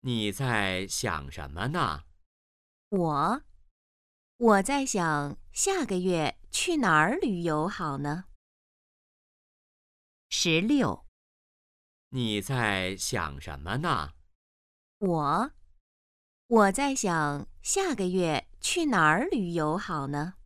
你在想什么呢？我，我在想下个月去哪儿旅游好呢？十六，你在想什么呢？我，我在想下个月去哪儿旅游好呢？